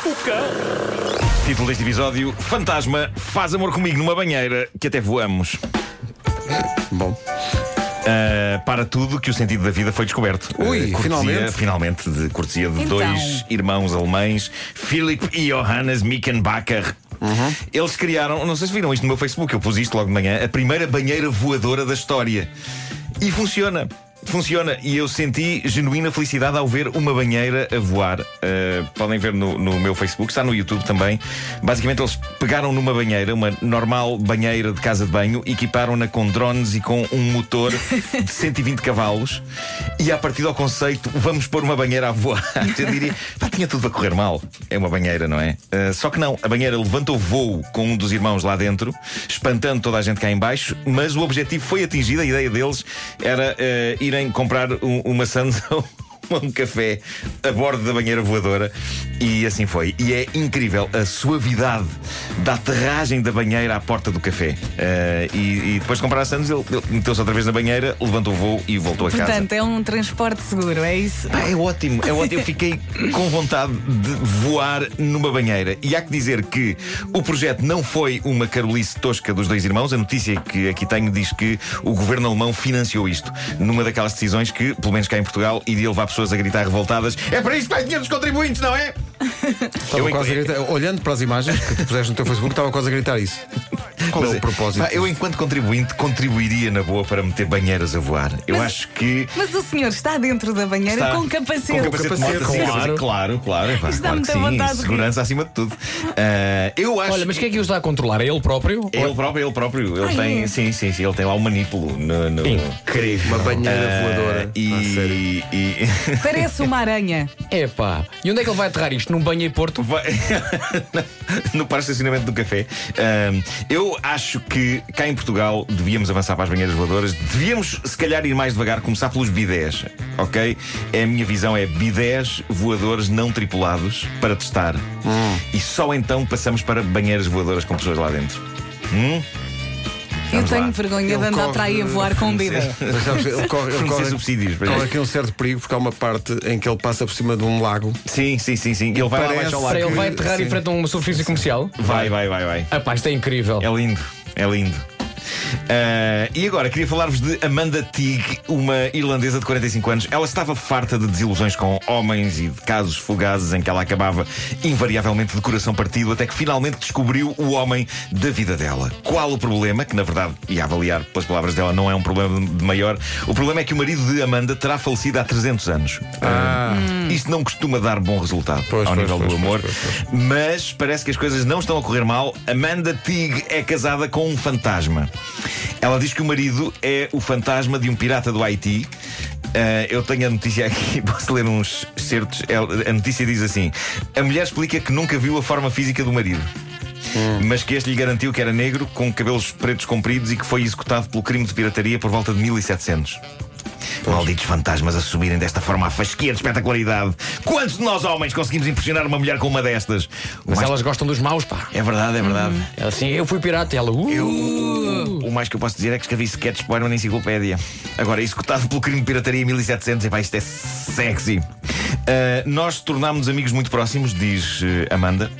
Puca. Título deste episódio: Fantasma faz amor comigo numa banheira que até voamos. Bom. Ah, para tudo que o sentido da vida foi descoberto. Ui, Ah, cortesia- finalmente. Finalmente, de cortesia de Então. dois irmãos alemães, Philip e Johannes Mickenbacher. Eles criaram, não sei se viram isto no meu Facebook, eu pus isto logo de manhã, a primeira banheira voadora da história. E funciona. Funciona e eu senti genuína felicidade ao ver uma banheira a voar. Ah, podem ver no, no meu Facebook, está no YouTube também. Basicamente, eles pegaram numa banheira, uma normal banheira de casa de banho, equiparam-na com drones e com um motor de 120 cavalos. E a partir do conceito, vamos pôr uma banheira a voar. Eu diria, pá, tinha tudo para correr mal. É uma banheira, não é? Ah, só que não, a banheira levantou voo com um dos irmãos lá dentro, espantando toda a gente cá em baixo, mas o objetivo foi atingido, a ideia deles era ah, irem comprar um- uma sanção. Um café a bordo da banheira voadora e assim foi. E é incrível a suavidade da aterragem da banheira à porta do café. Ah, e, e depois de comprar a Santos, ele, ele meteu-se outra vez na banheira, levantou o voo e voltou a casa. Portanto, é um transporte seguro, é isso? Pá, é ótimo, é ótimo. Eu fiquei com vontade de voar numa banheira. E há que dizer que o projeto não foi uma carolice tosca dos dois irmãos. A notícia que aqui tenho diz que o governo alemão financiou isto numa daquelas decisões que, pelo menos cá em Portugal, iria levar pessoas a gritar revoltadas: é para isso que vai dinheiro dos contribuintes, não é? Estava Eu quase a enco- gritar, olhando para as imagens que tu puseste no teu Facebook, estava quase a gritar isso. Qual Mas, é o propósito? pá, eu, enquanto contribuinte, contribuiria na boa para meter banheiras a voar. Eu Mas- acho que. Mas o senhor está dentro da banheira Está. com capacete. Com capacete, de capacete, moto, sim, claro. capacete, claro, claro. é pá, Isto dá claro que muita sim, vontade de Segurança acima de tudo. Ah, eu acho. Olha, mas quem é que o está a controlar? É ele próprio? É Ele próprio, ele próprio. Ele Ai, tem, é. sim, sim, sim, ele tem lá o manípulo no. no- Uma banheira Ah, voadora. e, Ah, sério. e- Parece uma aranha. É pá. E onde é que ele vai aterrar isto? Num banho em Porto? vai- no par de estacionamento do café. Ahm, eu acho que cá em Portugal devíamos avançar para as banheiras voadoras. Devíamos, se calhar, ir mais devagar, começar pelos bidés, ok? É, a minha visão é bidés voadores não tripulados para testar. E só então passamos para banheiras voadoras com pessoas lá dentro. Eu Vamos lá. tenho vergonha de Ele andar corre- para aí a voar com um bidé. Mas sabes, ele corre, ele Fornecer corre, subsídios, é. para corre isso. aqui um certo perigo porque há uma parte em que ele passa por cima de um lago. Sim, sim, sim, sim. Ele vai lá Parece- abaixo ao Espera, lado. ele que- vai aterrar sim. em frente a uma superfície comercial? Vai, vai, vai, vai. Ah pá, isto é incrível. É lindo, é lindo. Ah, e agora, queria falar-vos de Amanda Teague, uma irlandesa de 45 anos. Ela estava farta de desilusões com homens e de casos fugazes em que ela acabava invariavelmente de coração partido, até que finalmente descobriu o homem da vida dela. Qual o problema? Que na verdade, e a avaliar pelas palavras dela, não é um problema de maior. O problema é que o marido de Amanda terá falecido há 300 anos. Ah. Isto não costuma dar bom resultado Pois, ao pois, nível pois, do amor, pois, pois, mas parece que as coisas não estão a correr mal. Amanda Teague é casada com um fantasma. Ela diz que o marido é o fantasma de um pirata do Haiti. Ah, eu tenho a notícia aqui, posso ler uns certos. A notícia diz assim: a mulher explica que nunca viu a forma física do marido. Mas que este lhe garantiu que era negro, com cabelos pretos compridos e que foi executado pelo crime de pirataria por volta de 1700. Malditos fantasmas a subirem desta forma à fasquia de espetacularidade. Quantos de nós homens conseguimos impressionar uma mulher com uma destas? O Mas mais- elas gostam dos maus, pá. É verdade, é verdade. Ela assim, eu fui pirata. Ela, uh, O mais que eu posso dizer é que escrevi sketches para uma enciclopédia. Agora, executado pelo crime de pirataria em 1700, epá, isto é sexy. Ah, nós tornámos-nos amigos muito próximos, diz eh, Amanda.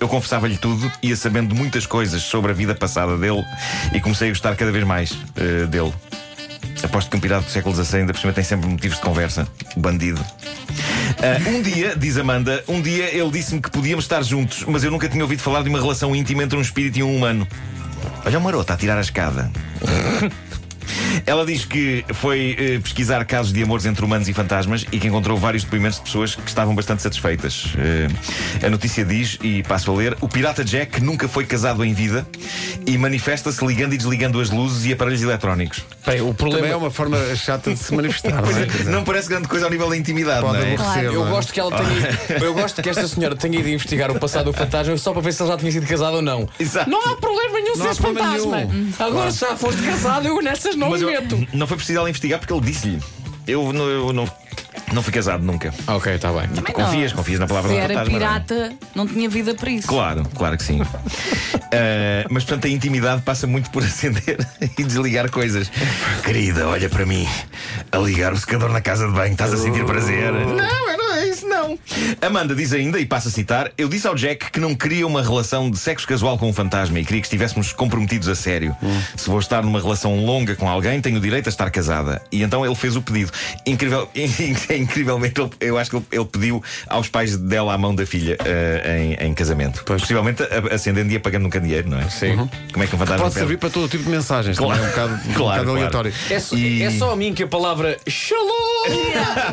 Eu confessava-lhe tudo, ia sabendo muitas coisas sobre a vida passada dele e comecei a gostar cada vez mais eh, dele. Aposto que um pirata do século XVI ainda por cima tem sempre motivos de conversa. Bandido. Ah, um dia, diz Amanda, um dia ele disse-me que podíamos estar juntos, mas eu nunca tinha ouvido falar de uma relação íntima entre um espírito e um humano. Olha o maroto é a tirar a escada. Ela diz que foi eh, pesquisar casos de amores entre humanos e fantasmas e que encontrou vários depoimentos de pessoas que estavam bastante satisfeitas. Eh, a notícia diz, e passo a ler: o pirata Jack nunca foi casado em vida e manifesta-se ligando e desligando as luzes e aparelhos eletrónicos. peraí, o Também é problema. uma forma chata de se manifestar. não é? Quer dizer, Não parece grande coisa ao nível da intimidade, Pode não é? aborrecer. Eu não é? gosto que ela tenha. Eu gosto que esta senhora tenha ido investigar o passado do fantasma só para ver se ele já tinha sido casado ou não. Exato. Não há problema nenhum Não há seres problema fantasma. nenhum. Agora se já foste casado, eu nessas não me Mas eu- meto. não foi preciso ela investigar porque ele disse-lhe. Eu, não- eu não, não fui casado nunca. Ok, tá está bem. Também não. Confias, confias na palavra Se do era fantasma, não é? pirata, não tinha vida para isso. Claro, claro que sim. Ah, mas portanto a intimidade passa muito por acender e desligar coisas. Querida, olha para mim. A ligar o secador na casa de banho, estás a sentir prazer? Não, eu não é isso não. Amanda diz ainda, e passo a citar: Eu disse ao Jack que não queria uma relação de sexo casual com um fantasma e queria que estivéssemos comprometidos a sério. Se vou estar numa relação longa com alguém, tenho o direito a estar casada. E então ele fez o pedido. Incrível, incrivelmente, ele- eu acho que ele- ele pediu aos pais dela à mão da filha eh, em, em casamento. Possivelmente a- acendendo e apagando um candeeiro, não é? Sim. Como é que um fantasma pede? Pode servir para todo tipo de mensagens. Claro, também É um bocado, um claro, bocado claro. aleatório. É, só- E- é só a mim que a palavra Shalom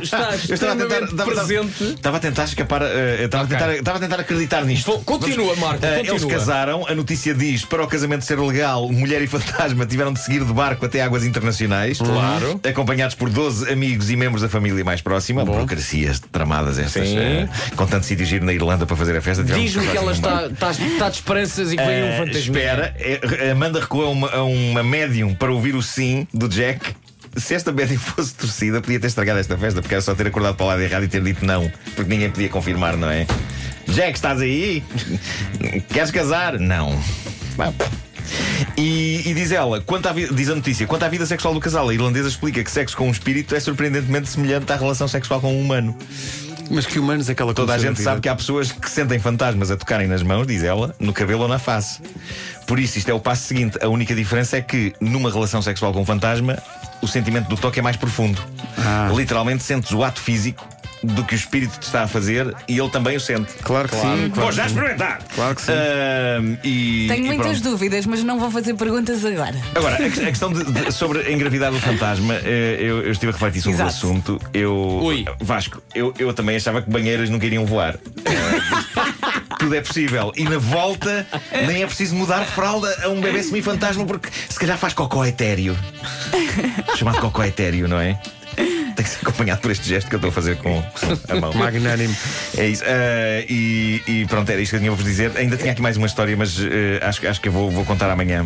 está Eu estava a tentar, extremamente estava- estava- presente. estava a tentar escapar, eh, eu estava, a tentar, estava a tentar acreditar nisto. Bom, continua, Marco, eh, continua. Eles casaram, a notícia diz: para o casamento ser legal, mulher e fantasma tiveram de seguir de barco até águas internacionais. Uhum. Claro. Acompanhados por 12 amigos e membros da família mais próxima. Burocracias tramadas estas. Sim. eh, com tanto sítio giro na Irlanda para fazer a festa. tiveram Diz-me de que casar-se ela num um barco. está, está, está de esperanças e que veio um Eh, fantasma. espera, eh, Amanda recuou a uma, a uma médium para ouvir o sim do Jack. Se esta médium fosse torcida, podia ter estragado esta festa, porque era só ter acordado para o lado errado e ter dito não, porque ninguém podia confirmar, não é? Jack, estás aí? Queres casar? Não. Bom. E, e diz ela, quanto à vi- diz a notícia, quanto à vida sexual do casal, a irlandesa explica que sexo com um espírito é surpreendentemente semelhante à relação sexual com um humano. Mas que humanos é que ela Toda a conheceu na gente vida? sabe que há pessoas que sentem fantasmas a tocarem nas mãos, diz ela, no cabelo ou na face. Por isso, isto é o passo seguinte. A única diferença é que, numa relação sexual com um fantasma, o sentimento do toque é mais profundo. Ah. Literalmente sentes o ato físico do que o espírito te está a fazer e ele também o sente. Claro que sim. Vou Claro. já experimentar! Claro que sim. Ahm, e, Tenho e muitas pronto. dúvidas, mas não vou fazer perguntas agora. Agora, a que- a questão de- de- sobre engravidar o fantasma, eh, eu, eu estive a refletir sobre o Exato. assunto. Eu, Ui. Vasco, eu, eu também achava que banheiras nunca iriam voar. Tudo é possível. E na volta, nem é preciso mudar fralda a um bebê semi-fantasma, porque se calhar faz cocó etéreo. Chamado cocó etéreo, não é? Tem que ser acompanhado por este gesto que eu estou a fazer com, com a mão. Magnânimo. É isso. Eh, e, e pronto, era isto que eu tinha a vos dizer. Ainda tinha aqui mais uma história, mas eh, acho, acho que eu vou, vou contar amanhã.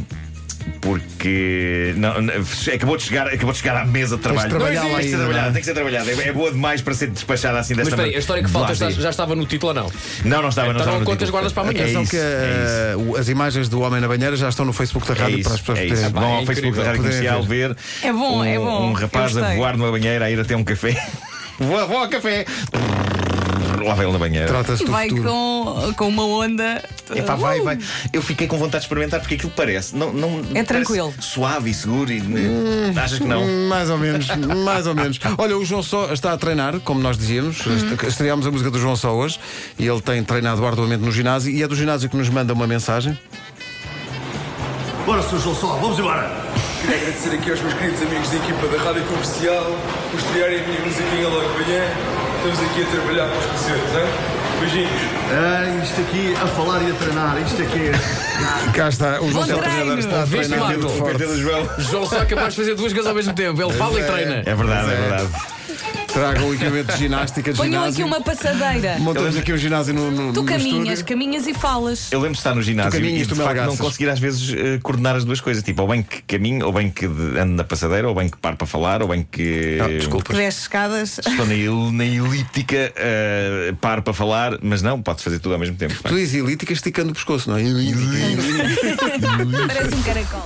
Porque não, não, acabou, de chegar, acabou de chegar à mesa de trabalho. Tens de trabalhar Não lá existe. ainda, não é? tem que ser trabalhada, tem que ser trabalhada. É, é boa demais para ser despachada assim Mas desta espera aí, maneira. a história que falta Vá, está- diz. já estava no título ou não? Não, não estava, não Então estava. não no contas, título. guardas para amanhã. É Atenção isso, que é isso. eh, o- as imagens do Homem na Banheira já estão no Facebook da É Rádio isso, para as pessoas é poderem. isso. Vão ao é Facebook da incrível. Rádio Poderem Comercial ver. É bom, um, é bom. Um rapaz Eu a gostei. voar numa banheira a ir até um café. vou, vou ao café. Lá vai ele na banheira. Trata-se E do vai futuro. com, com uma onda. Epá, Uh, vai, Hum. vai. Eu fiquei com vontade de experimentar porque aquilo parece. Não, não, parece tranquilo. Suave e seguro e. Achas que não? Mais ou menos, mais ou menos. Olha, o João Só está a treinar, como nós dizíamos. Est- Estreámos a música do João Só hoje e ele tem treinado arduamente no ginásio e é do ginásio que nos manda uma mensagem. Bora, Sr. João Sol, vamos embora! Queria agradecer aqui aos meus queridos amigos da equipa da Rádio Comercial por estrearem a minha musiquinha logo de manhã. Estamos aqui a trabalhar com os parceiros, hein? Beijinhos. Ah, isto aqui a falar e a treinar, isto aqui é. Cá está, o João Só Bom treino. treinador está a Viste, treinar Marco? muito O forte. do João. João só é capaz de fazer duas coisas ao mesmo tempo. Ele fala e treina. É verdade, é verdade. Tragam o equipamento de ginástica de Ponham aqui ginásio. uma passadeira. Montamos aqui um ginásio no, no, Tu no caminhas, estúdio. caminhas e falas. Eu lembro de estar no ginásio caminhas, e de tu facto não malgaças. conseguir às vezes eh, coordenar as duas coisas. Tipo, ou bem que caminho, ou bem que de- ando na passadeira, ou bem que paro para falar, ou bem que. Ah, desculpa. Cresce escadas. Estou na, el- na elíptica, eh, paro para falar, mas não, pode fazer tudo ao mesmo tempo. Tu dizes elítica esticando o pescoço, não é? Parece um caracol.